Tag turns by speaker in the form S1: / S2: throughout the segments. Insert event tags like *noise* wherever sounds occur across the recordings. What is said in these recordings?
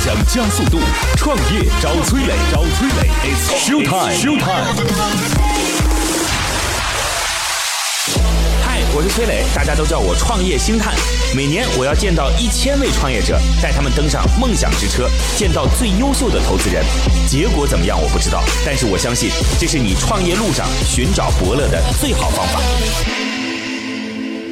S1: 想加速度，创业找崔磊，找崔磊，It's show time，show time。
S2: 嗨，我是崔磊，大家都叫我创业星探。每年我要见到一千位创业者，带他们登上梦想之车，见到最优秀的投资人。结果怎么样我不知道，但是我相信这是你创业路上寻找伯乐的最好方法。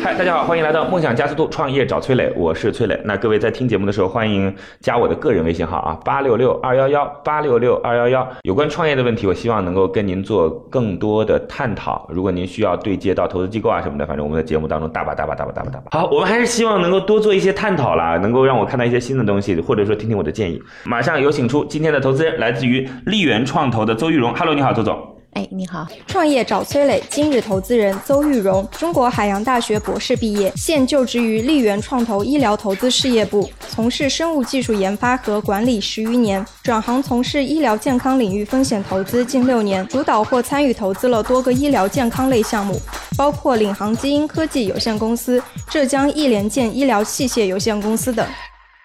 S2: 嗨，大家好，欢迎来到梦想加速度创业找崔磊，我是崔磊。那各位在听节目的时候，欢迎加我的个人微信号啊，八六六二幺幺八六六二幺幺。有关创业的问题，我希望能够跟您做更多的探讨。如果您需要对接到投资机构啊什么的，反正我们的节目当中大把大把大把大把大把。好，我们还是希望能够多做一些探讨啦，能够让我看到一些新的东西，或者说听听我的建议。马上有请出今天的投资人，来自于利源创投的邹玉荣。Hello，你好，邹总。
S3: 哎，你好，
S4: 创业找崔磊，今日投资人邹玉荣，中国海洋大学博士毕业，现就职于利源创投医疗投资事业部，从事生物技术研发和管理十余年，转行从事医疗健康领域风险投资近六年，主导或参与投资了多个医疗健康类项目，包括领航基因科技有限公司、浙江易联健医疗器械有限公司等。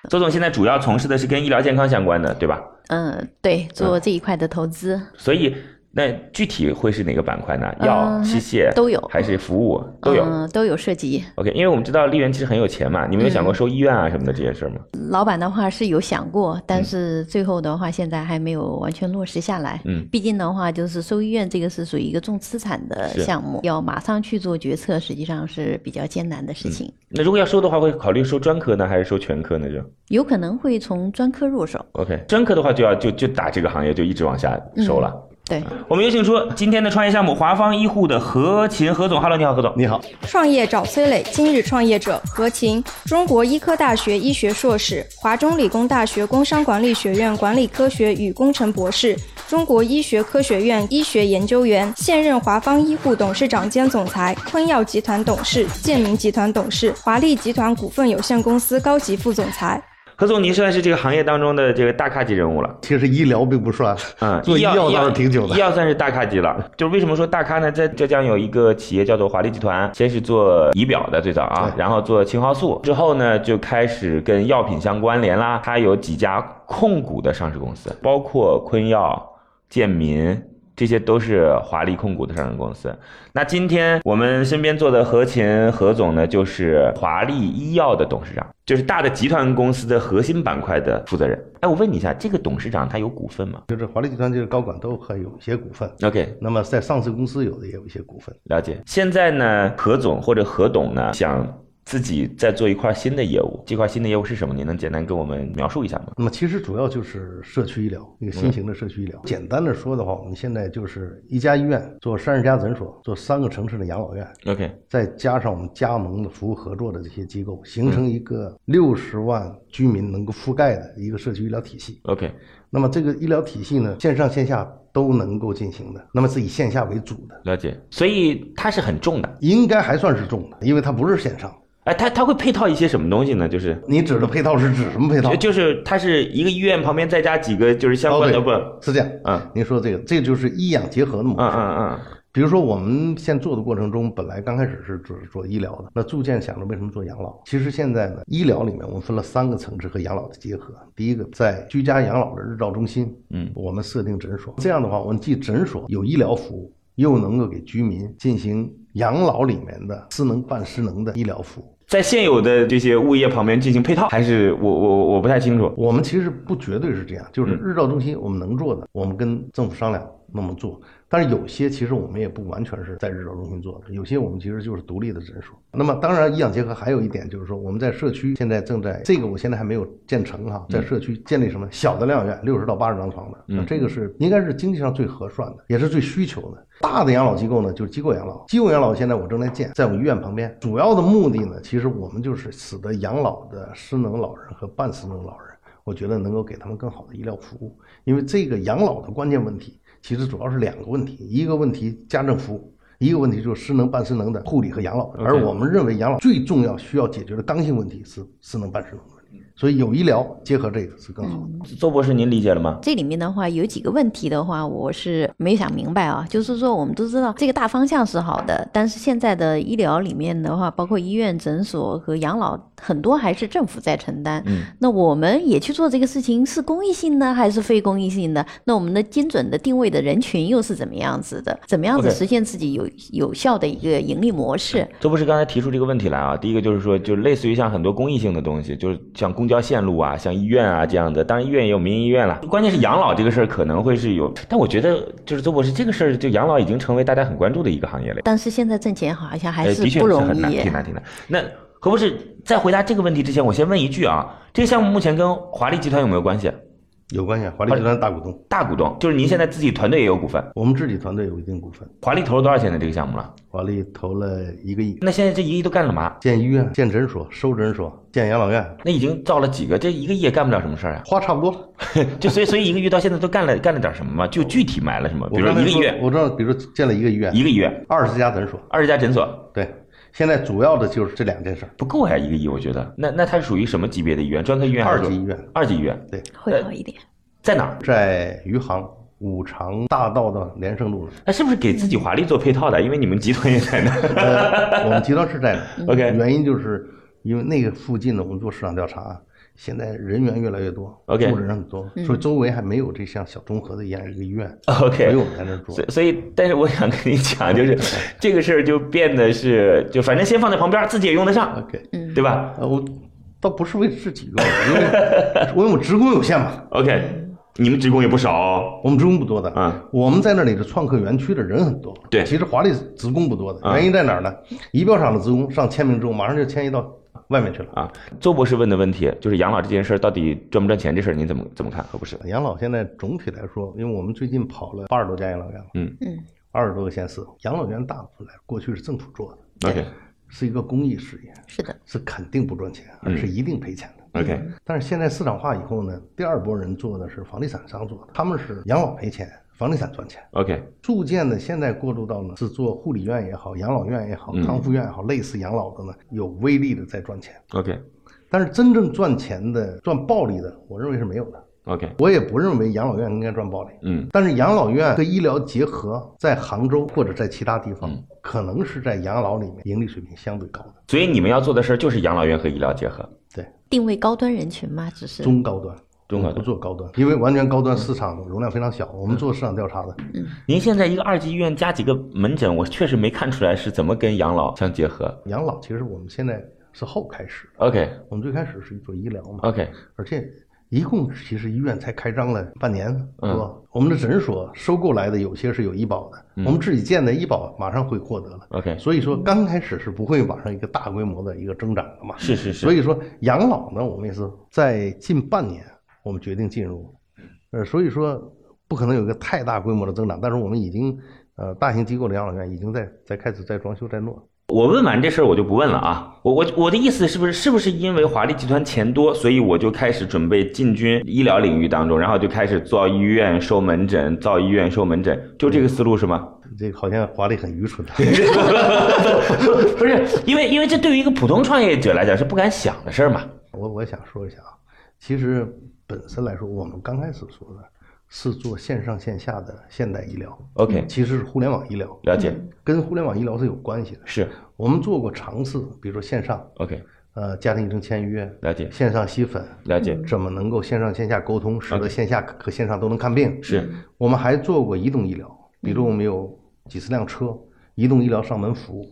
S2: 邹总现在主要从事的是跟医疗健康相关的，对吧？
S3: 嗯，对，做这一块的投资，
S2: 所以那具体会是哪个板块呢？药、
S3: 嗯
S2: 器械
S3: 都有
S2: 还是服务都有。
S3: 嗯，都有涉及。
S2: OK，因为我们知道利源其实很有钱嘛，你们有想
S3: 嗯
S2: 过收医院啊什么的这些事儿吗？
S3: 老板的话是有想过，
S2: 嗯
S3: 但是最后的话现在还没有完全落实下来。
S2: 嗯
S3: 毕竟的话就是收医院这个是属于一个重资产的
S2: 是
S3: 项目，要马上去做决策，实际上是比较艰难的
S2: 嗯
S3: 事情。
S2: 那如果要收的话，会考虑收专科呢，还是收全科呢？就
S3: 有可能会从专科入手。
S2: OK，专科的话就要就就打这个行业就一直往下收了。
S3: 对，
S2: 我们有请出今天的创业项目华方医护的何琴何总，Hello，你好，何总。
S1: 你好，
S4: 创业找崔磊，今日创业者何晴，中国医科大学医学硕士，华中理工大学工商管理学院管理科学与工程博士，中国医学科学院医学研究员，现任华方医护董事长兼总裁，坤耀集团董事，建明集团董事，华丽集团股份有限公司高级副总裁。
S2: 何总，您算是这个行业当中的这个大咖级人物了。
S5: 其实医疗并不算，
S2: 嗯，
S5: 做医药倒是挺久的
S2: 医。药算是大咖级了。就是为什么说大咖呢？在浙江有一个企业叫做华丽集团，先是做仪表的最早啊，
S5: 对
S2: 然后做青蒿素，之后呢就开始跟药品相关联啦。它有几家控股的上市公司，包括坤药、健民。这些都是华丽控股的上市公司。那今天我们身边坐的何琴何总呢，就是华丽医药的董事长，就是大的集团公司的核心板块的负责人。哎，我问你一下，这个董事长他有股份吗
S5: *laughs* 就是华丽集团这个高管都还有一些股份，
S2: ？OK，
S5: 那么在上市公司有的也有一些股份。
S2: 了解。现在呢，何总或者何董呢，想自己再做一块新的业务，这块新的业务是什么？你能简单跟我们描述一下吗？
S5: 那么其实主要就是社区医疗，一个新型的社区医疗。简单的说的话，我们现在就是一家医院做三十家诊所，做三个城市的养老院，
S2: OK，
S5: 再加上我们加盟的服务合作的这些机构，形成一个六十万居民能够覆盖的一个社区医疗体系。
S2: OK，
S5: 那么这个医疗体系呢，线上线下都能够进行的，那么是以线下为主的，
S2: 了解。所以它是很重的。
S5: 应该还算是重的，因为它不是线上。
S2: 哎，它它会配套一些什么东西呢？就是
S5: 你指的配套是指什么配套
S2: 就？就是它是一个医院旁边再加几个就是相关的
S5: 哦
S2: 不？
S5: 对是这样。
S2: 嗯
S5: 您说这个，这就是医养结合的模
S2: 嗯
S5: 式。
S2: 嗯嗯，
S5: 比如说，我们现做的过程中，本来刚开始是只是做医疗的，那逐渐想着为什么做养老？其实现在呢，医疗里面我们分了三个层次和养老的结合。第一个，在居家养老的日照中心，
S2: 嗯
S5: 我们设定诊所，这样的话，我们既诊所有医疗服务，又能够给居民进行养老里面的失能半失能的医疗服务。
S2: 在现有的这些物业旁边进行配套，还是我我我我不太清楚。
S5: 我们其实不绝对是这样，就是日照中心我们能做的，我们跟政府商量那么做。但是有些其实我们也不完全是在日照中心做的，有些我们其实就是独立的诊所。那么当然，医养结合还有一点就是说，我们在社区现在正在这个，我现在还没有建成哈，在社区建立什么小的疗养院，六十到八十张床的，那这个是应该是经济上最合算的，也是最需求的。大的养老机构呢，就是机构养老，机构养老现在我正在建，在我们医院旁边。主要的目的呢，其实我们就是使得养老的失能老人和半失能老人。我觉得能够给他们更好的医疗服务，因为这个养老的关键问题其实主要是两个问题，一个问题家政服务，一个问题就是失能半失能的护理和养老，而我们认为养老最重要需要解决的刚性问题是失能半失能的问题，所以有医疗结合这个是更好的。
S2: 周博士，您理解了吗？
S3: 这里面的话有几个问题的话，我是没想明白啊。就是说，我们都知道这个大方向是好的，但是现在的医疗里面的话，包括医院、诊所和养老，很多还是政府在承担。
S2: 嗯，
S3: 那我们也去做这个事情，是公益性呢，还是非公益性的？那我们的精准的定位的人群又是怎么样子的？怎么样子
S2: OK 嗯
S3: 实现自己有有效的一个盈利模式？
S2: 周博士刚才提出这个问题来啊，第一个就是说，就类似于像很多公益性的东西，就是像公交线路啊、像医院啊这样的，当然医院也有民营医院了。关键是养老这个事儿可能会是有，但我觉得就是周博士这个事儿，就养老已经成为大家很关注的一个行业了。
S3: 但是现在挣钱好像还
S2: 哎
S3: 是
S2: 的确
S3: 不
S2: 是
S3: 容
S2: 很难，
S3: 易。
S2: 挺难，挺难。那何博士在回答这个问题之前，我先问一句啊，这个项目目前跟华丽集团有没有关系？
S5: 有关系，华丽集团大股东，
S2: 大股东就是您现在自己团队也有股份，
S5: 我们治理团队有一定股份，
S2: 华丽投了多少钱在这个项目了？
S5: 华丽投了一个亿，
S2: 那现在这一个亿都干了嘛？
S5: 建医院、建诊所、收诊所、建养老院，
S2: 那已经造了几个？这一个亿也干不了什么事儿啊。
S5: 花差不多了。
S2: 就所以所以一个月到现在都干了干了点什么嘛？就具体买了什么？比
S5: 我
S2: 如
S5: 刚才
S2: 说一个
S5: 说
S2: 月，
S5: 我知道，比如说建了一个医院，
S2: 一个月
S5: 二十家诊所，
S2: 二十家诊所
S5: 对，现在主要的就是这两件事儿，
S2: 不够呀，一个亿我觉得。那那它是属于什么级别的医院？专科医院还是
S5: 二
S2: 说
S5: 级医院
S2: 二级医院
S3: 会好一点。
S2: 在哪儿？
S5: 在余杭五常大道的连胜路上。
S2: *laughs* 那是不是给自己华丽做配套的？因为你们集团也在那儿。
S5: 呃，我们集团是在哪
S2: *laughs* OK
S5: 原因就是因为那个附近呢，我们做市场调查，啊现在人员越来越多
S2: OK
S5: 住的人很多，所以周围还没有这像小综合的一样一个医院
S2: *laughs* OK
S5: 所以我们在那儿做
S2: 所。以所以，但是我想跟你讲，就是这个事儿就变得是，就反正先放在旁边，自己也用得上，
S5: OK，
S2: 对吧
S5: 呃，我倒不是为自己用，因为 *laughs* 我因为我职工有限嘛，
S2: ？OK，你们职工也不少哦，
S5: 我们职工不多的
S2: 啊。
S5: 我们在那里的创客园区的人很多，
S2: 对
S5: 其实华丽职工不多的，
S2: 啊
S5: 原因在哪儿呢？仪表厂的职工上千名之后，马上就迁移到外面去了。
S2: 啊。周博士问的问题就是养老这件事儿到底赚不赚钱这事儿，您怎么怎么看？何博士？
S5: 养老现在总体来说，因为我们最近跑了八十多家养老院了，
S2: 嗯
S3: 嗯，
S5: 二十多个县市，养老院大部分来过去是政府做的，
S2: OK
S5: 是一个公益事业，
S3: 是的，
S5: 是肯定不赚钱，而是一定赔钱的。
S2: OK，
S5: 但是现在市场化以后呢，第二波人做的是房地产商做的，他们是养老赔钱，房地产赚钱。
S2: OK，
S5: 逐渐的，现在过渡到呢是做护理院也好，养老院也好，
S2: 嗯
S5: 康复院也好，类似养老的呢，有微利的在赚钱。
S2: OK，
S5: 但是真正赚钱的、赚暴利的，我认为是没有的。
S2: OK，
S5: 我也不认为养老院应该赚暴利，
S2: 嗯，
S5: 但是养老院和医疗结合，在杭州或者在其他地方，
S2: 嗯
S5: 可能是在养老里面盈利水平相对高的，
S2: 所以你们要做的事儿就是养老院和医疗结合。
S5: 对，
S3: 定位高端人群嘛，只是
S5: 中高端，
S2: 中
S5: 我
S2: 高端
S5: 们不做高端，因为完全高端市场容量非常小。我们做市场调查的，
S2: 您现在一个二级医院加几个门诊，我确实没看出来是怎么跟养老相结合。
S5: 养老其实我们现在是后开始，
S2: OK
S5: 我们最开始是做医疗嘛，
S2: OK，
S5: 而且。一共其实医院才开张了半年，
S2: 嗯
S5: 是吧？我们的诊所收购来的有些是有医保的，
S2: 嗯
S5: 我们自己建的医保马上会获得了。
S2: OK
S5: 所以说刚开始是不会往上一个大规模的一个增长的嘛。
S2: 是是是，
S5: 所以说养老呢，我们也是在近半年，我们决定进入，呃，所以说不可能有一个太大规模的增长，但是我们已经，呃，大型机构的养老院已经在在开始在装修在弄，
S2: 我问完这事儿我就不问了啊。我我我的意思是不是是不是因为华丽集团钱多，所以我就开始准备进军医疗领域当中，然后就开始造医院收门诊，造医院收门诊，就这个思路是吗？ *laughs*
S5: 这个好像华丽很愚蠢啊的，
S2: 不是，因为因为这对于一个普通创业者来讲是不敢想的事儿嘛。
S5: 我我想说一下啊，其实本身来说，我们刚开始说的是做线上线下的现代医疗，
S2: OK，
S5: 其实是互联网医疗，
S2: 了解，
S5: 跟互联网医疗是有关系的。
S2: 是
S5: 我们做过尝试，比如说线上，
S2: OK，
S5: 呃，家庭医生签约，
S2: 了解
S5: 线上吸粉，
S2: 了解，
S5: 怎么能够线上线下沟通，使得线下和线上都能看病？
S2: 是
S5: 我们还做过移动医疗，比如我们有几十辆车，移动医疗上门服务，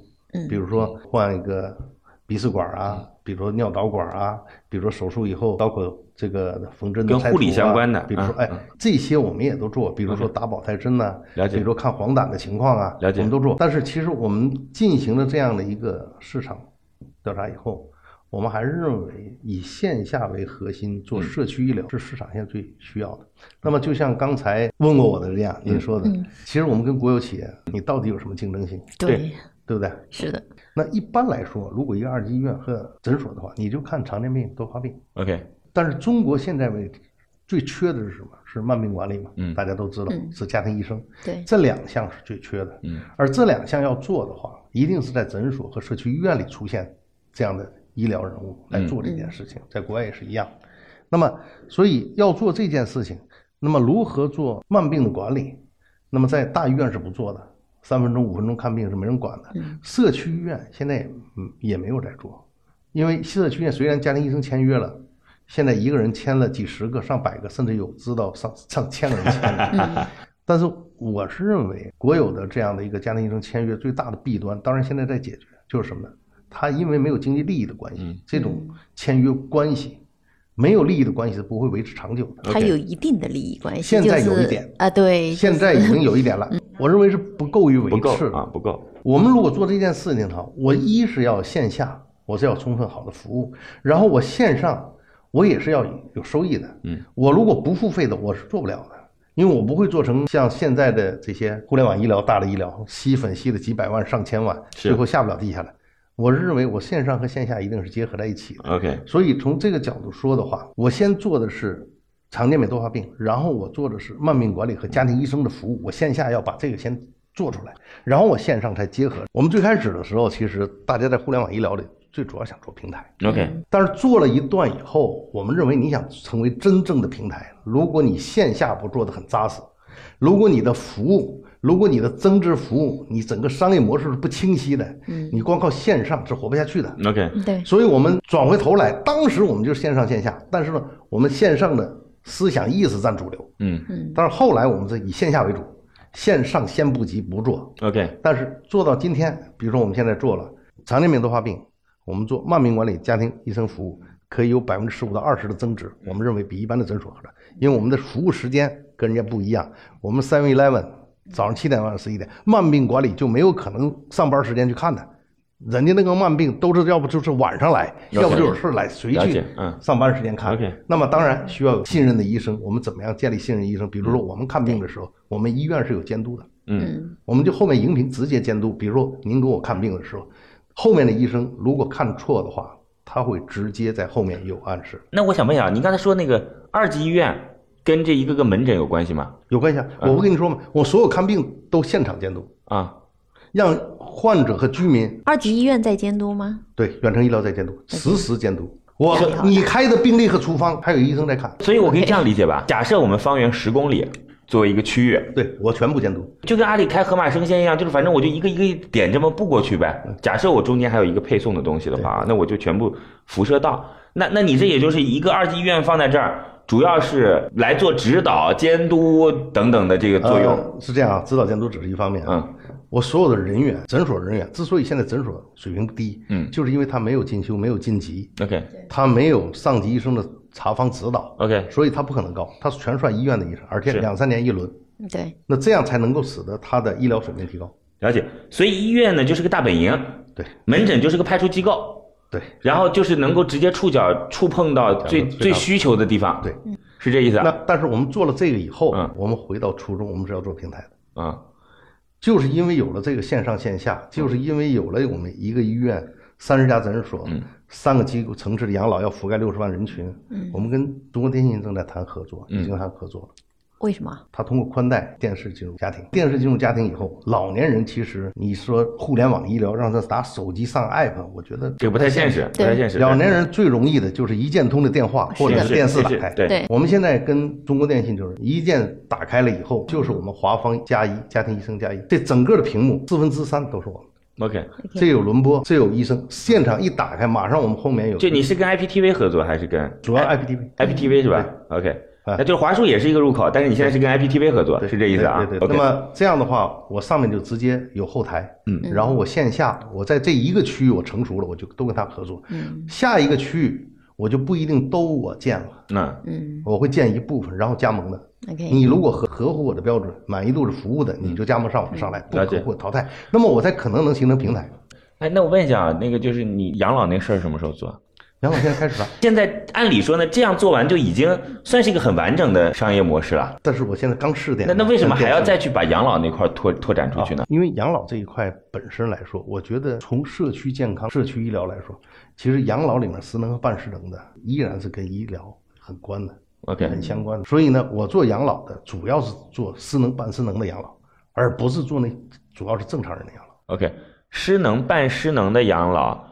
S5: 比如说换一个鼻饲管啊，比如说尿导管啊，比如说手术以后刀口这个缝针的
S2: 跟
S5: 拆
S2: 护理
S5: 除啊
S2: 相关的
S5: 比如说
S2: 啊
S5: 哎这些我们也都做，比如说打保胎针呐，
S2: 了解
S5: 比如说看黄疸的情况啊，
S2: 了解
S5: 我们都做。但是其实我们进行了这样的一个市场调查以后。我们还是认为以线下为核心做社区医疗是市场现在最需要的。那么就像刚才问过我的这样，您说的，其实我们跟国有企业，你到底有什么竞争性，
S2: 对
S3: 对，
S5: 对不对？
S3: 是的，
S5: 那一般来说，如果一个二级医院和诊所的话，你就看常见病、多发病。
S2: OK，
S5: 但是中国现在为止，最缺的是什么？是慢病管理嘛，
S6: 嗯
S5: 大家都知道、
S3: 嗯
S5: 是家庭医生，
S3: 对
S5: 这两项是最缺的，
S6: 嗯，
S5: 而这两项要做的话，一定是在诊所和社区医院里出现这样的医疗人物来做这件事情，在国外也是一样。那么，所以要做这件事情，那么如何做慢病的管理？那么在大医院是不做的，三分钟、五分钟看病是没人管的。社区医院现在也嗯也没有在做，因为社区医院虽然家庭医生签约了，现在一个人签了几十个、上百个，甚至有知道上上千个人签的。但是我是认为，国有的这样的一个家庭医生签约最大的弊端，当然现在在解决，就是什么呢？他因为没有经济利益的关
S2: 嗯
S5: 系，这种签约关系，没有利益的关系是不会维持长久的。
S3: 它有一定的利益关系。
S5: 现在有一点
S3: 就是、啊，对，
S5: 现在已经有一点了，我认为是不够于维
S2: 嗯不够
S5: 持的
S2: 啊，不够，
S5: 我们如果做这件事情哈，我一是要线下，我是要充分好的服务，然后我线上，我也是要有收益的。嗯，我如果不付费的，我是做不了的，因为我不会做成像现在的这些互联网医疗、大的医疗吸粉吸了几百万、上千万，
S2: 是
S5: 最后下不了地下来。我认为我线上和线下一定是结合在一起的。
S2: OK，
S5: 所以从这个角度说的话，我先做的是常见美多发病，然后我做的是慢病管理和家庭医生的服务。我线下要把这个先做出来，然后我线上才结合。我们最开始的时候，其实大家在互联网医疗里最主要想做平台，
S2: OK，
S5: 但是做了一段以后，我们认为你想成为真正的平台，如果你线下不做得很扎实，如果你的服务，如果你的增值服务，你整个商业模式是不清晰的，你光靠线上是活不下去的。
S2: OK，
S3: 对，
S5: 所以我们转回头来，当时我们就是线上线下，但是呢，我们线上的思想意识占主流，
S2: 嗯
S5: 但是后来我们是以线下为主，线上先不急不做，
S2: ，OK，
S5: 但是做到今天，比如说我们现在做了常见病多发病，我们做慢病管理、家庭医生服务，可以有百分之十五到二十的增值，我们认为比一般的诊所合适，因为我们的服务时间跟人家不一样，我们 Seven Eleven 早上七点晚上十一点，慢病管理就没有可能上班时间去看的。人家那个慢病都是要不就是晚上来，
S2: 了解
S5: 要不就有事儿来，谁
S2: 了
S5: 去
S2: 解嗯
S5: 上班时间看
S2: OK
S5: 那么当然需要有信任的医生，我们怎么样建立信任医生？比如说我们看病的时候，我们医院是有监督的，
S3: 嗯
S5: 我们就后面荧屏直接监督，比如说您给我看病的时候，后面的医生如果看错的话，他会直接在后面有暗示，
S2: 那我想问一下，您刚才说那个二级医院跟这一个个门诊有关系吗？
S5: 有关系啊。我不跟你说吗？我所有看病都现场监督，
S2: 啊，
S5: 让患者和居民
S3: 二级医院在监督吗？
S5: 对远程医疗在监督，实时监督。我
S3: 太好了
S5: 你开的病历和处方，还有医生在看，
S2: 所以我可以这样理解吧？假设我们方圆十公里作为一个区域，
S5: 对我全部监督。
S2: 就跟阿里开盒马生鲜一样，就是反正我就一个一个点这么布过去呗。假设我中间还有一个配送的东西的话，那我就全部辐射到。那那你这也就是一个二级医院放在这儿，主要是来做指导、监督等等的这个作用。
S5: 呃是这样啊，指导监督只是一方面。啊
S2: 嗯，
S5: 我所有的人员，诊所人员之所以现在诊所水平低，
S2: 嗯
S5: 就是因为他没有进修，没有晋级，
S2: OK
S5: 他没有上级医生的查房指导，
S2: OK，
S5: 所以他不可能高，他全算医院的医生，而且
S2: 是
S5: 两三年一轮，
S3: 对，
S5: 那这样才能够使得他的医疗水平提高。
S2: 了解。所以医院呢就是个大本营，
S5: 对
S2: 门诊就是个派出机构，
S5: 对
S2: 然后就是能够直接触角触碰到最
S5: 对
S2: 最需求的地方。
S5: 对，
S2: 是这意思
S5: 那
S2: 啊？
S5: 但是我们做了这个以后，
S2: 嗯
S5: 我们回到初衷，我们是要做平台的，
S2: 啊，
S5: 就是因为有了这个线上线
S2: 嗯
S5: 下，就是因为有了我们一个医院三十家诊所，
S2: 嗯
S5: 三个机构城市的养老要覆盖六十万人群，
S2: 嗯
S5: 我们跟中国电信正在谈合作，已经谈合作了。
S3: 为什么？
S5: 它通过宽带电视进入家庭，电视进入家庭以后，老年人其实你说互联网医疗让他打手机上 app，我觉得
S2: 这个不太现实，不
S3: 对
S2: 太现实。
S5: 老年人最容易的就是一键通的电话或者
S2: 是
S5: 是电视打开。
S2: 是对
S3: 对
S5: 我们现在跟中国电信就是一键打开了以后，就是我们华方加一家庭医生加一，这整个的屏幕四分之三都是我们，
S2: OK，
S5: 这有轮播，这有医生，现场一打开，马上我们后面有
S2: 就你是跟 IPTV 合作还是跟
S5: 主要 IPTV。
S2: IPTV 是吧？OK，
S5: 哎
S2: 那就是华数也是一个入口，但是你现在是跟 IPTV 合作，
S5: 对
S2: 是这意思啊？
S5: 对对
S2: OK
S5: 对。那么这样的话，我上面就直接有后台，嗯，然后我线下，我在这一个区域我成熟了，我就都跟他合作，嗯，下一个区域我就不一定都我建了，
S2: 那
S3: 嗯
S5: 我会建一部分，然后加盟的。
S3: ，OK，
S5: 你如果合合乎我的标准，满意度是服务的，你就加盟上我们上来，不
S2: 了解
S5: 合乎我淘汰。那么我才可能能形成平台。
S2: 哎，那我问一下啊，那个就是你养老那事儿什么时候做？
S5: 然后现在开始了，
S2: 现在按理说呢，这样做完就已经算是一个很完整的商业模式了。
S5: 但是我现在刚试点
S2: 那
S5: 呢。
S2: 那为什么还要
S5: 刚
S2: 再去把养老那块儿拓拓展出去呢？
S5: 因为养老这一块本身来说，我觉得从社区健康、社区医疗来说，其实养老里面职能和半失能的依然是跟医疗很关的。
S2: OK，
S5: 很相关的。所以呢，我做养老的主要是做失能半失能的养老，而不是做那主要是正常人的养老。
S2: OK，失能半失能的养老，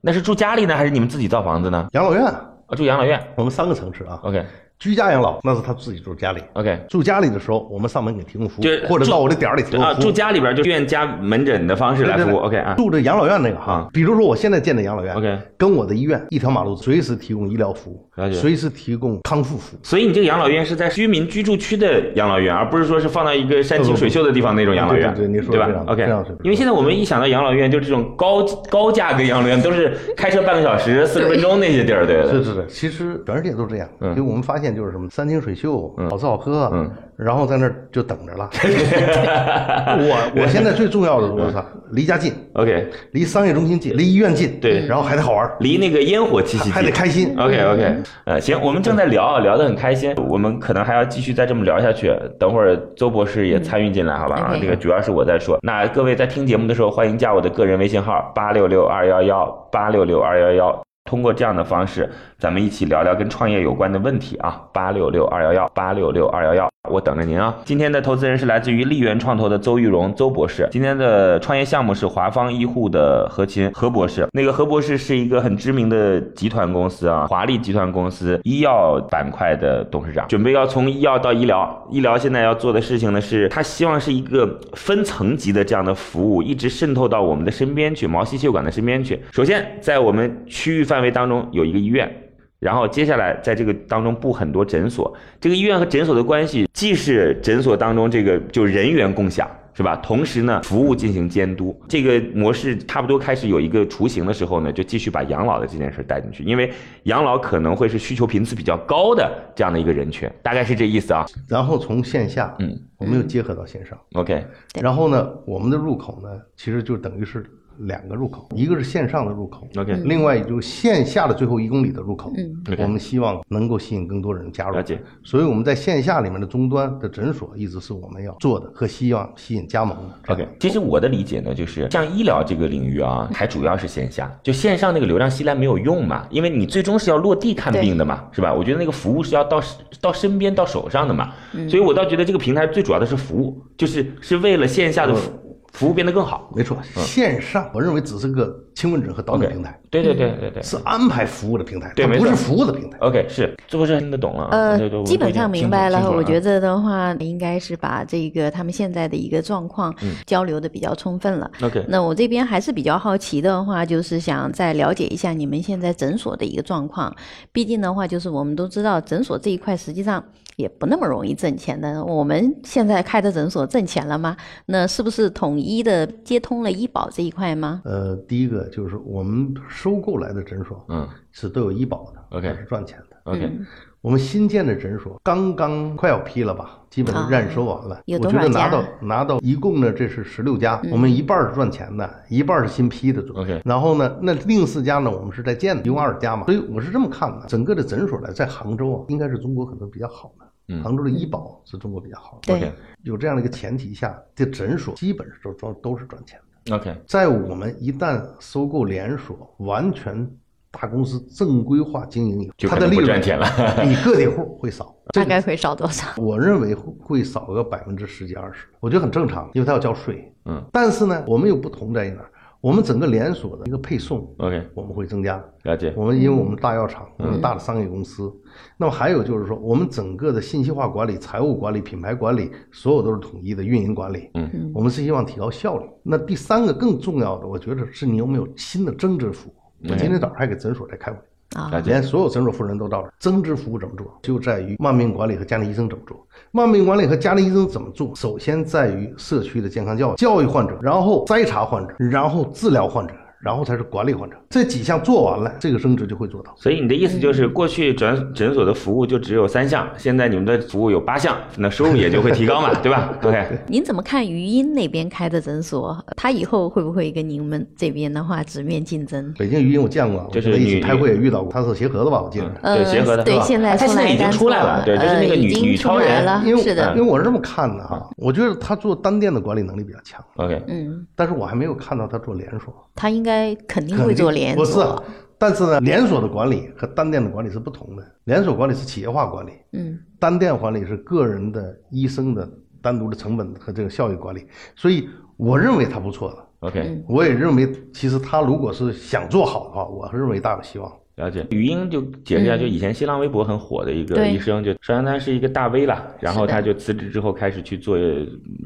S2: 那是住家里呢，还是你们自己造房子呢？
S5: 养老院
S2: 啊，住养老院。
S5: 我们三个层次啊，
S2: OK
S5: 居家养老那是他自己住家里，
S2: OK，
S5: 住家里的时候我们上门给提供服
S2: 就是
S5: 务，或者
S2: 住
S5: 到我的点儿里提供
S2: 啊，
S5: 服
S2: 住
S5: 务。
S2: 家里边就院加门诊的方式来
S5: 对对
S2: 服
S5: 对
S2: 务。OK 啊
S5: 住这养老院那个哈
S2: 啊，
S5: 比如说我现在建的养老院
S2: OK
S5: 跟我的医院一条马路，随时提供医疗服
S2: 了
S5: 务，
S2: 解
S5: 随时提供康复服务。
S2: 所以你这个养老院是在居民居住区的养老院，而不是说是放到一个山清水秀的地方那种养老院，
S5: 对对对你说
S2: 吧
S5: 这样
S2: ？OK，
S5: 这样是不是
S2: 因为现在我们一想到养老院，就这种高高价格养老院，都是开车半个小时、四十分钟那些地儿，对
S5: 是是
S2: 对
S5: 是，其实全世界都这样。
S2: 嗯
S5: 所以我们发现就是什么山清水秀，好吃好喝，
S2: 嗯
S5: 然后在那儿就等着
S2: *laughs*
S5: 了。我我现在最重要的我操，
S2: 嗯
S5: 离家近，
S2: ，OK，
S5: 离商业中心近，离医院近，
S2: 对
S5: 然后还得好玩儿，
S2: 离那个烟火气息
S5: 还得
S2: 近。
S5: 开心。
S2: OK OK，呃，行，我们正在聊啊，聊得很开心，我们可能还要继续再这么聊下去。等会儿周博士也参与进来，好吧？啊，
S3: OK
S2: 这个主要是我在说。那各位在听节目的时候，欢迎加我的个人微信号八六六二幺幺八六六二幺幺。通过这样的方式，咱们一起聊聊跟创业有关的问题啊，八六六二幺幺八六六二幺幺，我等着您啊。今天的投资人是来自于利源创投的邹玉荣邹博士，今天的创业项目是华方医护的何琴何博士。那个何博士是一个很知名的集团公司啊，华丽集团公司医药板块的董事长，准备要从医药到医疗，医疗现在要做的事情呢是，他希望是一个分层级的这样的服务，一直渗透到我们的身边去，毛细血管的身边去。首先，在我们区域范围当中有一个医院，然后接下来在这个当中布很多诊所，这个医院和诊所的关系，既是诊所当中这个就人员共享。是吧？同时呢，服务进行监督，这个模式差不多开始有一个雏形的时候呢，就继续把养老的这件事带进去，因为养老可能会是需求频次比较高的这样的一个人群，大概是这意思啊。
S5: 然后从线下，
S2: 嗯，
S5: 我们又结合到线上。
S2: OK，
S3: 对
S5: 然后呢，我们的入口呢，其实就等于是两个入口，一个是线上的入口
S2: OK 嗯
S5: 另外就是线下的最后一公里的入口。
S3: 嗯
S2: OK
S5: 我们希望能够吸引更多人加入。
S2: 了解。
S5: 所以我们在线下里面的终端的诊所，一直是我们要做的和希望吸引加盟的。
S2: OK，其实我的理解呢，就是像医疗这个领域
S3: 嗯
S2: 啊，还主要是线下，就线上那个流量吸来没有用嘛，因为你最终是要落地看病的嘛，是吧？我觉得那个服务是要到到身边到手上的嘛，
S3: 嗯
S2: 所以我倒觉得这个平台最主要的是服务，就是是为了线下的服服务变得更好。
S5: 没错，线上我认为只是个亲问诊和导诊平台，
S2: 对对对对
S3: 嗯
S2: 对。
S5: 是安排服务的平台，
S2: 对
S5: 它
S2: 没
S5: 不
S2: 错
S5: 是服务的平台。
S2: OK，是，这不是听得懂了啊？对对
S3: 呃，
S2: 我
S3: 基本上明白了。我觉
S2: 得
S3: 得的话，应该是把这个他们现在的一个状况
S5: 嗯
S3: 交流的比较充分了。
S2: OK，
S3: 那我这边还是比较好奇的话，就是想再了解一下你们现在诊所的一个状况。毕竟的话，就是我们都知道诊所这一块实际上也不那么容易挣钱的。我们现在开的诊所挣钱了吗？那是不是统一的接通了医保这一块吗？
S5: 呃，第一个就是我们收购来的诊所，
S2: 嗯
S5: 是都有医保的
S2: OK
S5: 它是赚钱的。
S2: ，OK，
S3: 嗯
S5: 我们新建的诊所刚刚快要批了吧，基本上验收完了。
S3: 啊有
S5: 我
S3: 多
S5: 觉
S3: 少
S5: 得拿
S3: 家嗯
S5: 到拿到一共呢，这是十六家，我们一半儿是赚钱的，一半儿是新批的准。
S2: OK
S5: 然后呢，那另四家呢，我们是在建的，一共二十家嘛。所以我是这么看的，整个的诊所呢，在杭州啊，应该是中国可能比较好的。
S2: 嗯
S5: 杭州的医保是中国比较好的。
S3: 对
S2: OK
S5: 有这样的一个前提下，这诊所基本上都都都是赚钱的。
S2: OK，
S5: 在我们一旦收购连锁，完全大公司正规化经营以
S2: 就
S5: 后，它
S2: 可
S5: 的
S2: 能
S5: 利
S2: 不
S5: 润
S2: 赚钱了
S5: 比个体户会
S2: *laughs*
S5: 少。
S3: 大概会少多少？ *laughs*
S5: 我认为会少个百分之十几二十，我觉得很正常，因为它要交税。
S2: 嗯，
S5: 但是呢，我们又不同在于哪儿？我们整个连锁的一个配送
S2: OK
S5: 我们会增加。
S2: 了解。嗯
S5: 我们因为我们大药厂，我们大的商业公司，那么还有就是说，我们整个的信息化管理、财务管理、品牌管理，所有都是统一的运营管理。
S2: 嗯，
S5: 我们是希望提高效率。那第三个更重要的，我觉得是你有没有新的增值服务。我
S2: 哎
S5: 今天早上还给诊所在开会，
S3: 啊
S2: 了解
S5: 连所有诊所负责人都到这儿。增值服务怎么做，就在于慢病管理和家庭医生怎么做。慢病管理和家庭医生怎么做？首先在于社区的健康教育，教育患者，然后筛查患者，然后治疗患者，然后才是管理患者。这几项做完了，这个增值就会做到。
S2: 所以你的意思就是，过去诊诊所的服务就只有三项，现在你们的服务有八项，那收入也就会提 *laughs* 高嘛，对吧？OK，
S3: 您怎么看余音那边开的诊所？他以后会不会跟你们这边的话直面竞争？
S5: 北京语音我见过，
S2: 就是
S5: 我跟他一起
S2: 女嗯
S5: 开会也遇到过，他是协和的吧？我记得。
S2: 对，协和
S3: 嗯呃
S2: 的
S3: 对，现在
S2: 他
S3: 出
S2: 现在
S3: 来
S2: 已经
S3: 单
S2: 出来
S3: 做
S2: 了，对，就是
S3: 呃
S2: 那个女
S3: 已经
S2: 女
S3: 出
S2: 超
S3: 来
S2: 人
S3: 了
S5: 因为
S3: 啊是的
S5: 因为我是这么看的
S2: 嗯
S5: 哈，我觉得他做单店的管理能力比较强，
S2: ，OK，
S3: 嗯，
S5: 但是我还没有看到他做连锁，
S3: 他应该肯定会做连
S5: 不是
S3: 锁，
S5: 但是呢，连锁的管理和单店的管理是不同的。连锁管理是企业化管理，
S3: 嗯，
S5: 单店管理是个人的医生的单独的成本和这个效益管理。所以我认为它不错的，
S3: 嗯
S2: OK，
S5: 我也认为其实它如果是想做好的话，我认为大有希望。
S2: 了解。语音就解释一下，
S3: 嗯
S2: 就以前新浪微博很火的一个
S3: 对
S2: 医生，就相当于是一个大 V 了，然后
S3: 是的
S2: 他就辞职之后开始去做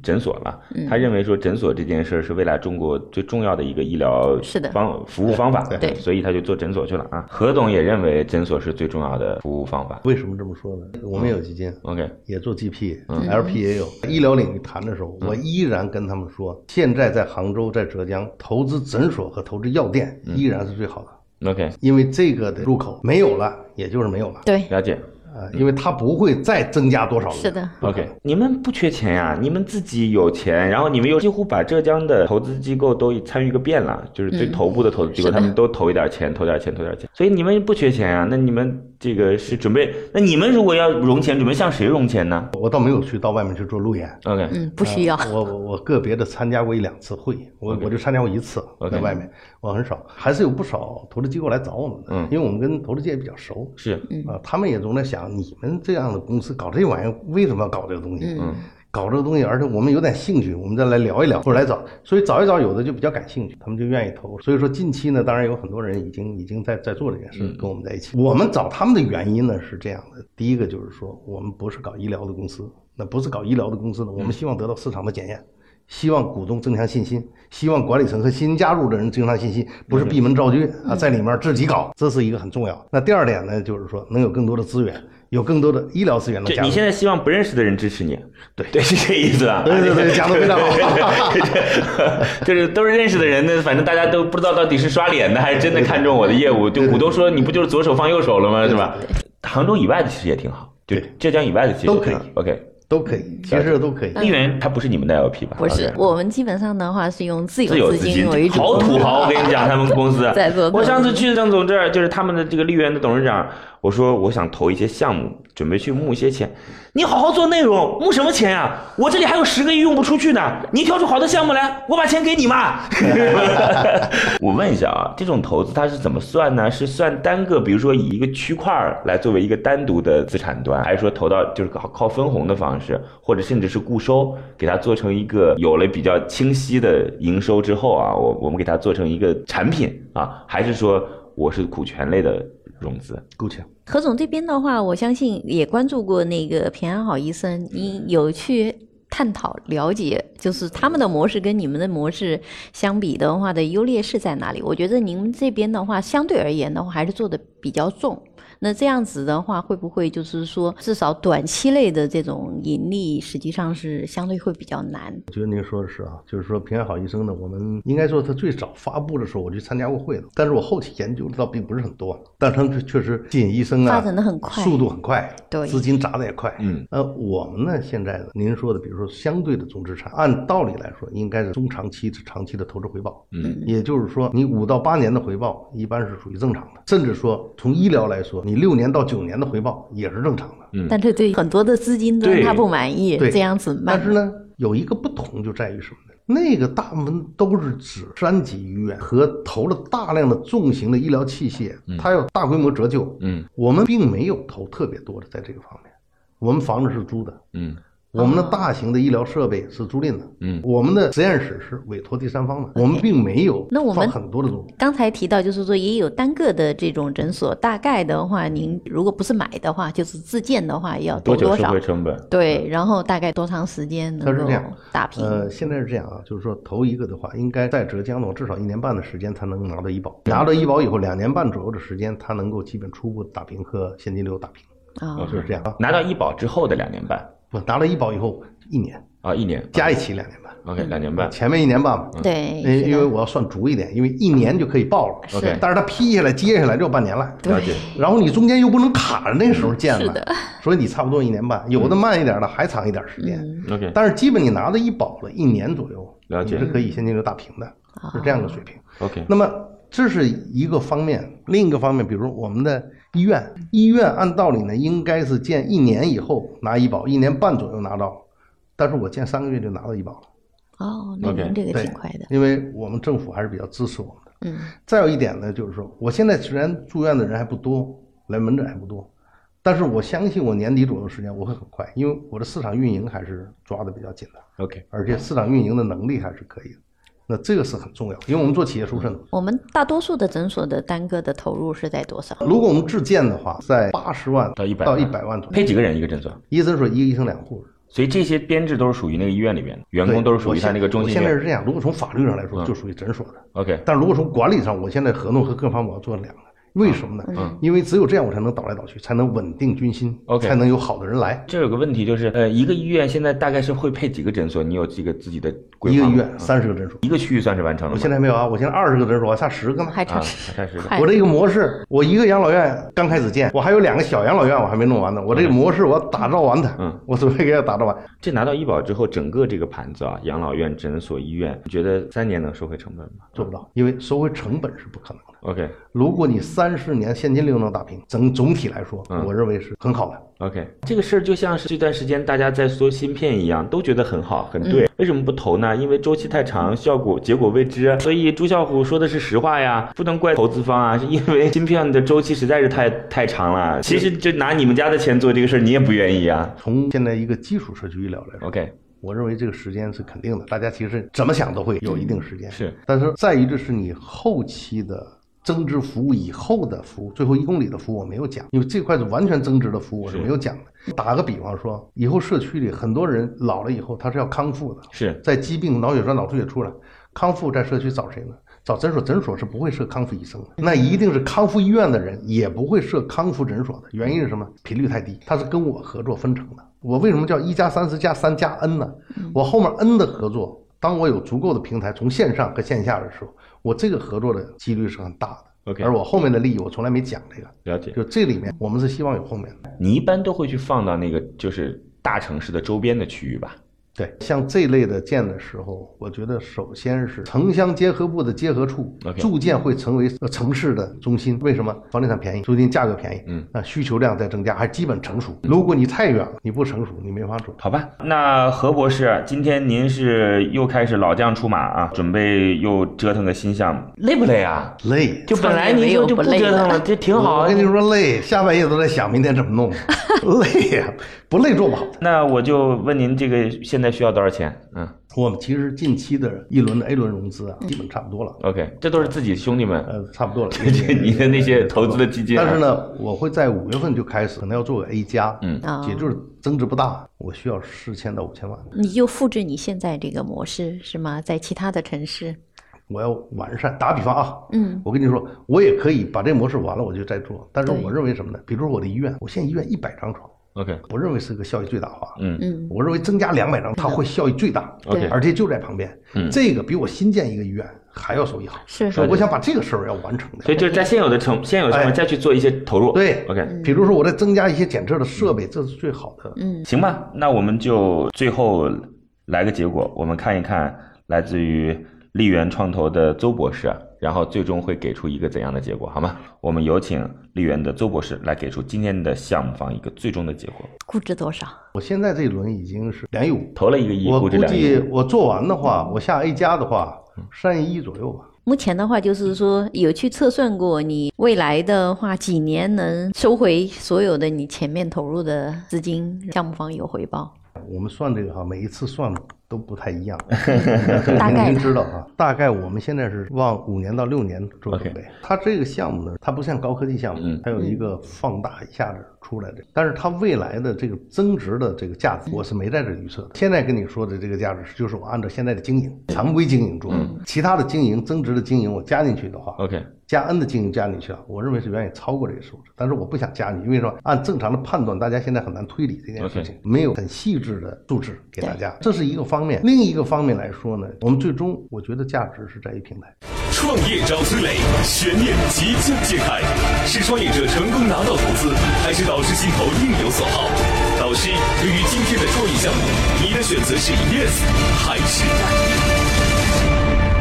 S2: 诊所了。
S3: 嗯
S2: 他认为说诊所这件事儿是未来中国最重要的一个医疗
S3: 是的
S2: 方服务方法，
S3: 对
S2: 所以他就做诊所去了啊。何董也认为诊所是最重要的服务方法。
S5: 为什么这么说呢？我们也有基金，
S2: OK，
S5: 也做 GP、LP
S3: 嗯
S5: 也有。医疗领域谈的时候，我依然跟他们说，现在在杭州、在浙江投资诊所和投资药店
S3: 嗯
S5: 依然是最好的，
S2: OK，
S5: 因为这个的入口没有了，也就是没有了
S3: 对，
S2: 了解。
S5: 啊、因为它不会再增加多少人。
S3: 是的，
S2: OK，你们不缺钱呀、你们自己有钱，然后你们又几乎把浙江的投资机构都参与个遍了，就是最
S3: 嗯
S2: 头部的投资机构，
S3: 是的
S2: 他们都投一点钱，投点钱，投点钱，所以你们不缺钱啊。那你们这个是准备，那你们如果要融钱，准备向谁融钱呢
S5: 我倒没有去到外面去做路演，
S2: ？OK，
S3: 嗯，不需要，
S5: 我我我个别的参加过一两次会，我
S2: OK
S5: 我就参加过一次
S2: OK
S5: 在外面，我很少，还是有不少投资机构来找我们的，
S2: 嗯
S5: 因为我们跟投资界比较熟，
S2: 是
S3: 嗯
S5: 啊，他们也总在想，你们这样的公司搞这玩意儿，为什么要搞这个东西？
S3: 嗯，
S5: 搞这个东西，而且我们有点兴趣，我们再来聊一聊，或者来找。所以找一找，有的就比较感兴趣，他们就愿意投。所以说近期呢，当然有很多人已经已经在在做这件
S2: 嗯
S5: 事，跟我们在一起。我们找他们的原因呢是这样的：第一个就是说，我们不是搞医疗的公司，那不是搞医疗的公司
S2: 嗯
S5: 呢，我们希望得到市场的检验。希望股东增强信心，希望管理层和新加入的人增强信心，不是闭门造车
S2: 嗯
S5: 啊，在里面自己搞，这是一个很重要。那第二点呢，就是说能有更多的资源，有更多的医疗资源能
S2: 这
S5: 加入。
S2: 你现在希望不认识的人支持你，
S5: 对
S3: *laughs*
S2: 对，是这意思啊。
S5: 对对对，讲的非常
S2: *laughs*
S5: 好。
S2: 就是都是认识的人，那反正大家都不知道到底是刷脸的还是真的看中我的业务。就股东说你不就是左手放右手了吗？是吧？杭州以外的其实也挺好，就
S5: 对
S2: 浙江以外的其实
S5: 都
S2: 也挺好
S5: 可以
S2: OK，
S5: 都可以，其实都可以。
S2: 丽媛她不是你们的 LP 吧？
S3: 嗯不是
S2: OK，
S3: 我们基本上的话是用自
S2: 自有
S3: 有
S2: 资
S3: 资
S2: 金
S3: 金为主，
S2: 好土豪！我跟你讲，他们公 *laughs* 司
S3: 在做
S2: 我上次去郑总这儿，就是他们的这个丽媛的董事长，我说我想投一些项目，准备去募一些钱。你好好做内容，募什么钱呀、我这里还有十个亿用不出去呢，你挑出好的项目来，我把钱给你嘛。 *laughs* 我问一下啊，这种投资它是怎么算呢？是算单个，比如说以一个区块儿来作为一个单独的资产端，还是说投到就是靠靠分红的方式，或者甚至是固收，给它做成一个有了比较清晰的营收之后啊，我我们给它做成一个产品啊，还是说我是股权类的融资？
S5: 够呛。
S3: 何总这边的话，我相信也关注过那个平安好医生，你有去探讨了解，就是他们的模式跟你们的模式相比的话的优劣势在哪里？我觉得您们这边的话，相对而言的话，还是做的比较重。那这样子的话，会不会就是说，至少短期内的这种盈利，实际上是相对会比较难？
S5: 我觉得您说的是啊，就是说平安好医生呢，我们应该说他最早发布的时候，我去参加过会的，但是我后期研究的倒并不是很多，但是他们确实吸引医生啊，
S3: 发展得很快
S5: 速度很快，
S3: 对
S5: 资金砸的也快。
S2: 嗯，
S5: 呃，我们呢现在呢，您说的，比如说相对的总资产，按道理来说应该是中长期至长期的投资回报，
S2: 嗯，
S5: 也就是说你五到八年的回报一般是属于正常的，甚至说从医疗来说，你六年到九年的回报也是正常的。
S2: 嗯
S3: 但是对很多的资金端
S2: 对
S3: 他不满意，
S5: 对
S3: 这样子慢
S5: 但是呢，有一个不同就在于什么呢？那个大部分都是指三级医院和投了大量的重型的医疗器械，它要大规模折旧。
S2: 嗯，
S5: 我们并没有投特别多的在这个方面，我们房子是租的，
S2: 嗯
S5: 我们的大型的医疗设备是租赁的，
S2: 嗯
S5: 我们的实验室是委托第三方的，我们并没有
S3: 那我们
S5: 放很多的东西。
S3: 刚才提到，就是说也有单个的这种诊所，大概的话，您如果不是买的话，就是自建的话，要
S2: 多
S3: 投
S2: 久
S3: 多
S2: 收
S3: 少
S2: 回？成本？
S3: 对，然后大概多长时间
S5: 嗯它
S3: 能
S5: 是
S3: 够
S5: 这样
S3: 打平？
S5: 呃，现在是这样啊，就是说投一个的话，应该在浙江的话，至少一年半的时间才能拿到医保。拿到医保以后，两年半左右的时间，它能够基本初步打平和现金流打平，
S3: 啊，
S5: 就是这样啊。
S2: 拿到医保之后的两年半
S5: 不，拿了医保以后一年
S2: 啊，一年
S5: 加一起两年半，
S2: OK 两年半
S5: 前面一年半吧。
S3: 对，
S5: 因
S3: 哎是
S5: 因为
S3: 的
S5: 我要算足一点，因为一年就可以报了。
S3: 是
S2: OK
S5: 但是它批下来、接下来就半年了。
S3: 对
S2: 了解
S5: 然后你中间又不能卡着那时候建了，
S3: 是嗯
S5: 所以你差不多一年半，有的慢一点的还长一点时间。
S2: OK
S5: 但是基本你拿到医保了一年左右，
S2: 了解
S5: 你是可以现金流打平的，是这样的水平。
S2: OK
S5: 那么这是一个方面，另一个方面，比如说我们的医院，医院按道理呢应该是建一年以后拿医保，一年半左右拿到，但是我建三个月就拿到医保了，
S3: 哦，那您
S2: OK，
S3: 这个
S5: 对
S3: 挺快的，
S5: 因为我们政府还是比较支持我们的。
S3: 嗯
S5: 再有一点呢，就是说，我现在虽然住院的人还不多，来门诊还不多，但是我相信我年底左右时间我会很快，因为我的市场运营还是抓的比较紧的，
S2: OK，
S5: 而且市场运营的能力还是可以的。那这个是很重要，因为我们做企业出身的。
S3: 我们大多数的诊所的单个的投入是在多少？
S5: 如果我们自建的话，在八十万
S2: 到100
S5: 到
S2: 万
S5: 一百万左右，
S2: 配几个人一个诊所？
S5: 一个诊所一个医生两个护士，
S2: 所以这些编制都是属于那个医院里面的，员工
S5: 对
S2: 都是属
S5: 我
S2: 于他
S5: 现
S2: 那个中
S5: 我
S2: 心医
S5: 现在
S2: 院。
S5: 是这样，如果从法律上来说，
S2: 嗯
S5: 就属于诊所的。
S2: OK，
S5: 但如果从管理上，我现在合同和各方我要做两个，为什么呢？
S2: 嗯
S5: 因为只有这样，我才能倒来倒去，才能稳定军心
S2: OK
S5: 才能有好的人来。
S2: 这有个问题就是，呃，一个医院现在大概是会配几个诊所？你有这个自己的规
S5: 一
S2: 划
S5: 个
S2: 嗯吗？
S5: 医院三十个诊所，
S2: 一个区域算是完成了吗？
S5: 我现在没有啊，我现在二十个诊所，我还差十个呢。
S3: 还
S2: 啊，
S3: 差
S2: 还是
S3: 快
S5: 我这个模式，我一个养老院刚开始建，我还有两个小养老院我还没弄完呢。我这个模式我打造完它，
S2: 嗯，
S5: *laughs* 我准备给它打造完。
S2: 这拿到医保之后，整个这个盘子啊，养老院、诊所、医院，你觉得三年能收回成本吗？
S5: 做不到，因为收回成本是不可能的。
S2: OK
S5: 如果你三十年现金流能打平，整总体来说，
S2: 嗯
S5: 我认为是很好的。
S2: OK，这个事儿就像是这段时间大家在说芯片一样，都觉得很好很
S5: 嗯
S2: 对，为什么不投呢？因为周期太长，效果结果未知，啊所以朱啸虎说的是实话呀，不能怪投资方啊，是因为芯片的周期实在是太太长了。其实就拿你们家的钱做这个事儿，你也不愿意啊。
S5: 从现在一个基础社区医疗来说，
S2: OK，
S5: 我认为这个时间是肯定的，大家其实怎么想都会有一定时间。
S2: 嗯是，
S5: 但是在于这是你后期的增值服务以后的服务，最后一公里的服务我没有讲，因为这块是完全增值的服务我是
S2: 是
S5: 没有讲的。打个比方说，以后社区里很多人老了以后他是要康复的，
S2: 是
S5: 在疾病脑血栓、脑出血出来，康复在社区找谁呢？找诊所，诊所是不会设康复医生的，那一定是康复医院的人也不会设康复诊所的。原因是什么？频率太低，它是跟我合作分成的。我为什么叫一加三十加三加 N 呢？我后面 N 的合作，当我有足够的平台从线上和线下的时候，我这个合作的几率是很大的。
S2: OK
S5: 而我后面的利益我从来没讲这个，
S2: 了解。
S5: 就这里面我们是希望有后面的。
S2: 你一般都会去放到那个就是大城市的周边的区域吧？
S5: 对，像这类的建的时候，我觉得首先是城乡结合部的结合处
S2: OK
S5: 住建会成为呃城市的中心。为什么？房地产便宜，租金价格便宜，
S2: 嗯，
S5: 那需求量在增加，还基本成熟。如果你太远了，你不成熟，你没法做。
S2: 好吧，那何博士，今天您是又开始老将出马啊，准备又折腾个新项目，累不累啊？
S5: 累，
S2: 就本
S3: 创
S2: 来
S3: 业
S2: 您
S3: 没
S2: 就
S3: 有
S2: 就
S3: 不
S2: 不
S3: 累
S2: 折腾
S3: *laughs*
S2: 了，
S3: 的
S2: 这挺好
S5: 我
S2: 啊。
S5: 跟你说累，下半夜都在想明天怎么
S2: *laughs*
S5: 弄，累呀、不累做不好。
S2: 那我就问您，这个现在需要多少钱？嗯
S5: 我们其实近期的一轮的 A 轮融资啊，基本差不多了，
S2: ，OK，这都是自己兄弟 *laughs* 们，
S5: 呃，差不多了。
S2: 这你的那些投资的基金啊。
S5: 但是呢，我会在五月份就开始，可能要做个 A 加，
S2: 嗯
S3: 哦
S5: 也就是增值不大，我需要四千到五千万，
S3: 你就复制你现在这个模式是吗？在其他的城市，
S5: 我要完善。打比方啊，
S3: 嗯，
S5: 我跟你说，我也可以把这模式完了我就再做，但是
S3: 对
S5: 我认为什么呢？比如说我的医院，我现在医院一百张床，
S2: OK
S5: 我认为是个效益最大化，
S2: 嗯
S3: 嗯
S5: 我认为增加两百张，它会效益最大，
S3: 对
S2: OK，
S5: 而且就在旁边，
S2: 嗯
S5: 这个比我新建一个医院还要收益好，
S3: 是
S5: 所以我想把这个事儿要完成
S2: 所
S5: 的。
S2: 以就是在现有的成现有的成
S5: 哎
S2: 本再去做一些投入。
S5: 对
S2: ，OK，
S5: 比如说我再增加一些检测的设备，这是最好的。
S3: 嗯，
S2: 行吧，那我们就最后来个结果，我们看一看来自于丽源创投的邹博士，啊然后最终会给出一个怎样的结果，好吗？我们有请丽源的邹博士来给出今天的项目方一个最终的结果。
S3: 估值多少？
S5: 我现在这一轮已经是两亿五，
S2: 投了一个亿，
S5: 我
S2: 估值
S5: 估
S2: 两亿嗯
S5: 计，我做完的话，我下 A 加的话，三亿一左右吧。
S3: 目前的话，就是说有去测算过，你未来的话几年能收回所有的你前面投入的资金，项目方有回报。
S5: 我们算这个哈，每一次算都不太
S2: *laughs*
S5: 一样，
S3: 大概
S5: 您
S3: 吧
S5: 知道哈。大概我们现在是往五年到六年做准备。它这个项目呢，它不像高科技项目
S2: 嗯，
S5: 它有一个放大一下子出来的，但是它未来的这个增值的这个价
S2: 嗯
S5: 值，我是没在这预测的。现在跟你说的这个价值，就是我按照现在的经营常规经营做，其他的经营增值的经营我加进去的话，
S2: 嗯 OK，
S5: 加 N 的经营加进去啊，我认为是远远超过这个数值，但是我不想加你，因为说按正常的判断，大家现在很难推理这件事情没有很细致的数值给大家，这是一个方面。另一个方面来说呢，我们最终我觉得价值是在于平台。
S1: 创业找崔磊，悬念即将揭开，是创业者成功拿到投资，还是导师心头另有所好？导师，对于今天的创业项目，你的选择是 yes 还是 no？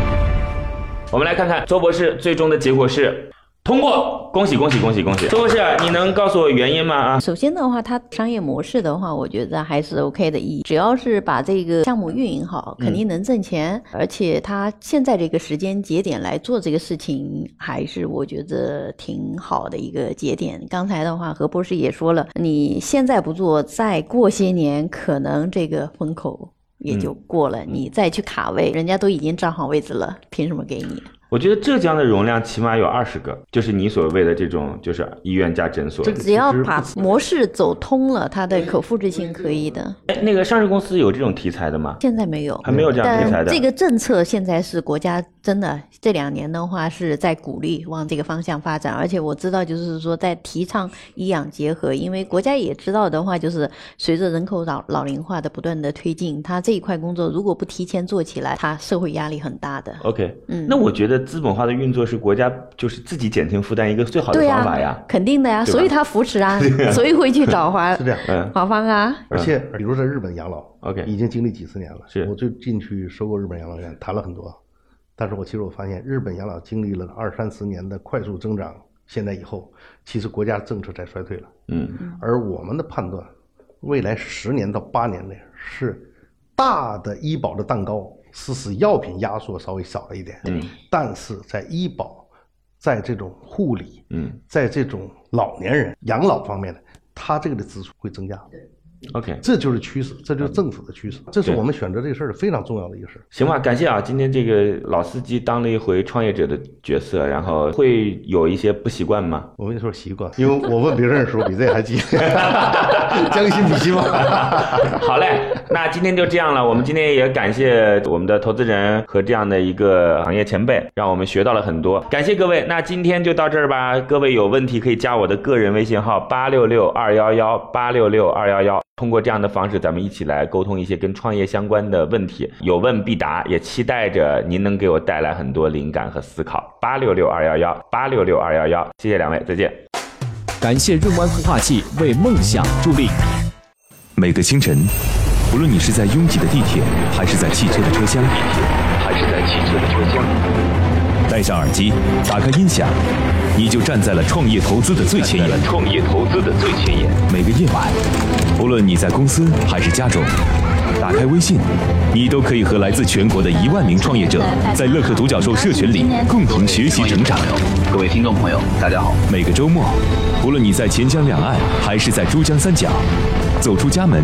S2: 我们来看看邹博士最终的结果是通过，恭喜恭喜恭喜恭
S5: *laughs*
S2: 喜！周博士，啊你能告诉我原因吗？啊，
S3: 首先的话，它商业模式的话，我觉得还是 OK 的意义。只要是把这个项目运营好，肯定能挣钱。而且它现在这个时间节点来做这个事情，还是我觉得挺好的一个节点。刚才的话，何博士也说了，你现在不做，再过些年，可能这个风口。也就过了，你再去卡位，人家都已经站好位置了，凭什么给你？
S2: 我觉得浙江的容量起码有二十个，就是你所谓的这种，就是医院加诊所
S5: 这。个
S3: 只要
S5: 其实
S3: 把模式走通了，它的可复制性可以的。
S2: 哎，那个上市公司有这种题材的吗？
S3: 现在没有，
S2: 还没有这样题材
S3: 但
S2: 的。
S3: 这个政策现在是国家真的这两年的话是在鼓励往这个方向发展，而且我知道就是说在提倡医养结合，因为国家也知道的话，就是随着人口老老龄化的不断的推进，它这一块工作如果不提前做起来，它社会压力很大的。
S2: OK，
S3: 嗯
S2: 那我觉得资本化的运作是国家就是自己减轻负担一个最好的
S3: 对啊
S2: 方法
S3: 呀
S2: 呀。，
S3: 肯定的呀，
S2: 对吧
S3: 所以他扶持
S2: *laughs*
S3: 啊，所以会去找华
S5: 是这样。
S2: 嗯
S3: 华方啊。
S5: 而且，比如说日本养老
S2: OK
S5: 已经经历几十年了。
S2: 是
S5: 我最近去收购日本养老院，谈了很多，但是我其实我发现，日本养老经历了二三十年的快速增长，现在以后，其实国家政策在衰退了。
S2: 嗯，
S5: 而我们的判断，未来十年到八年内是大的医保的蛋糕是使药品压缩稍微少了一点，
S2: 对，
S5: 但是在医保，在这种护理，
S2: 嗯
S5: 在这种老年人养老方面的，它这个的支出会增加。
S2: ，OK，
S5: 这就是趋势，这就是政府的趋势，这是
S2: 对
S5: 我们选择这个事儿非常重要的一个事儿。
S2: 行吧，感谢啊！今天这个老司机当了一回创业者的角色，然后会有一些不习惯吗？
S5: 我跟你说习惯，因 *laughs* 为我问别人的时候比这还急， *laughs* 将心比心嘛。
S2: *laughs* 好嘞，那今天就这样了。我们今天也感谢我们的投资人和这样的一个行业前辈，让我们学到了很多。感谢各位，那今天就到这儿吧。各位有问题可以加我的个人微信号八六六二幺幺八六六二幺幺。通过这样的方式，咱们一起来沟通一些跟创业相关的问题，有问必答。也期待着您能给我带来很多灵感和思考。八六六二幺幺八六六二幺幺，谢谢两位，再见。
S7: 感谢润湾孵化器为梦想助力。
S1: 每个清晨，不论你是在拥挤的地铁，还是在汽车的车厢，还是在汽车的车厢，戴上耳机，打开音响，你就站在了创业投资的最前沿。创业投资的最前沿。每个夜晚，不论你在公司还是家中，打开微信，你都可以和来自全国的一万名创业者，在乐客独角兽社群里共同学习成长。
S8: 各位听众朋友，大家好。
S1: 每个周末，无论你在钱江两岸还是在珠江三角，走出家门，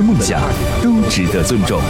S1: 梦想都值得尊重。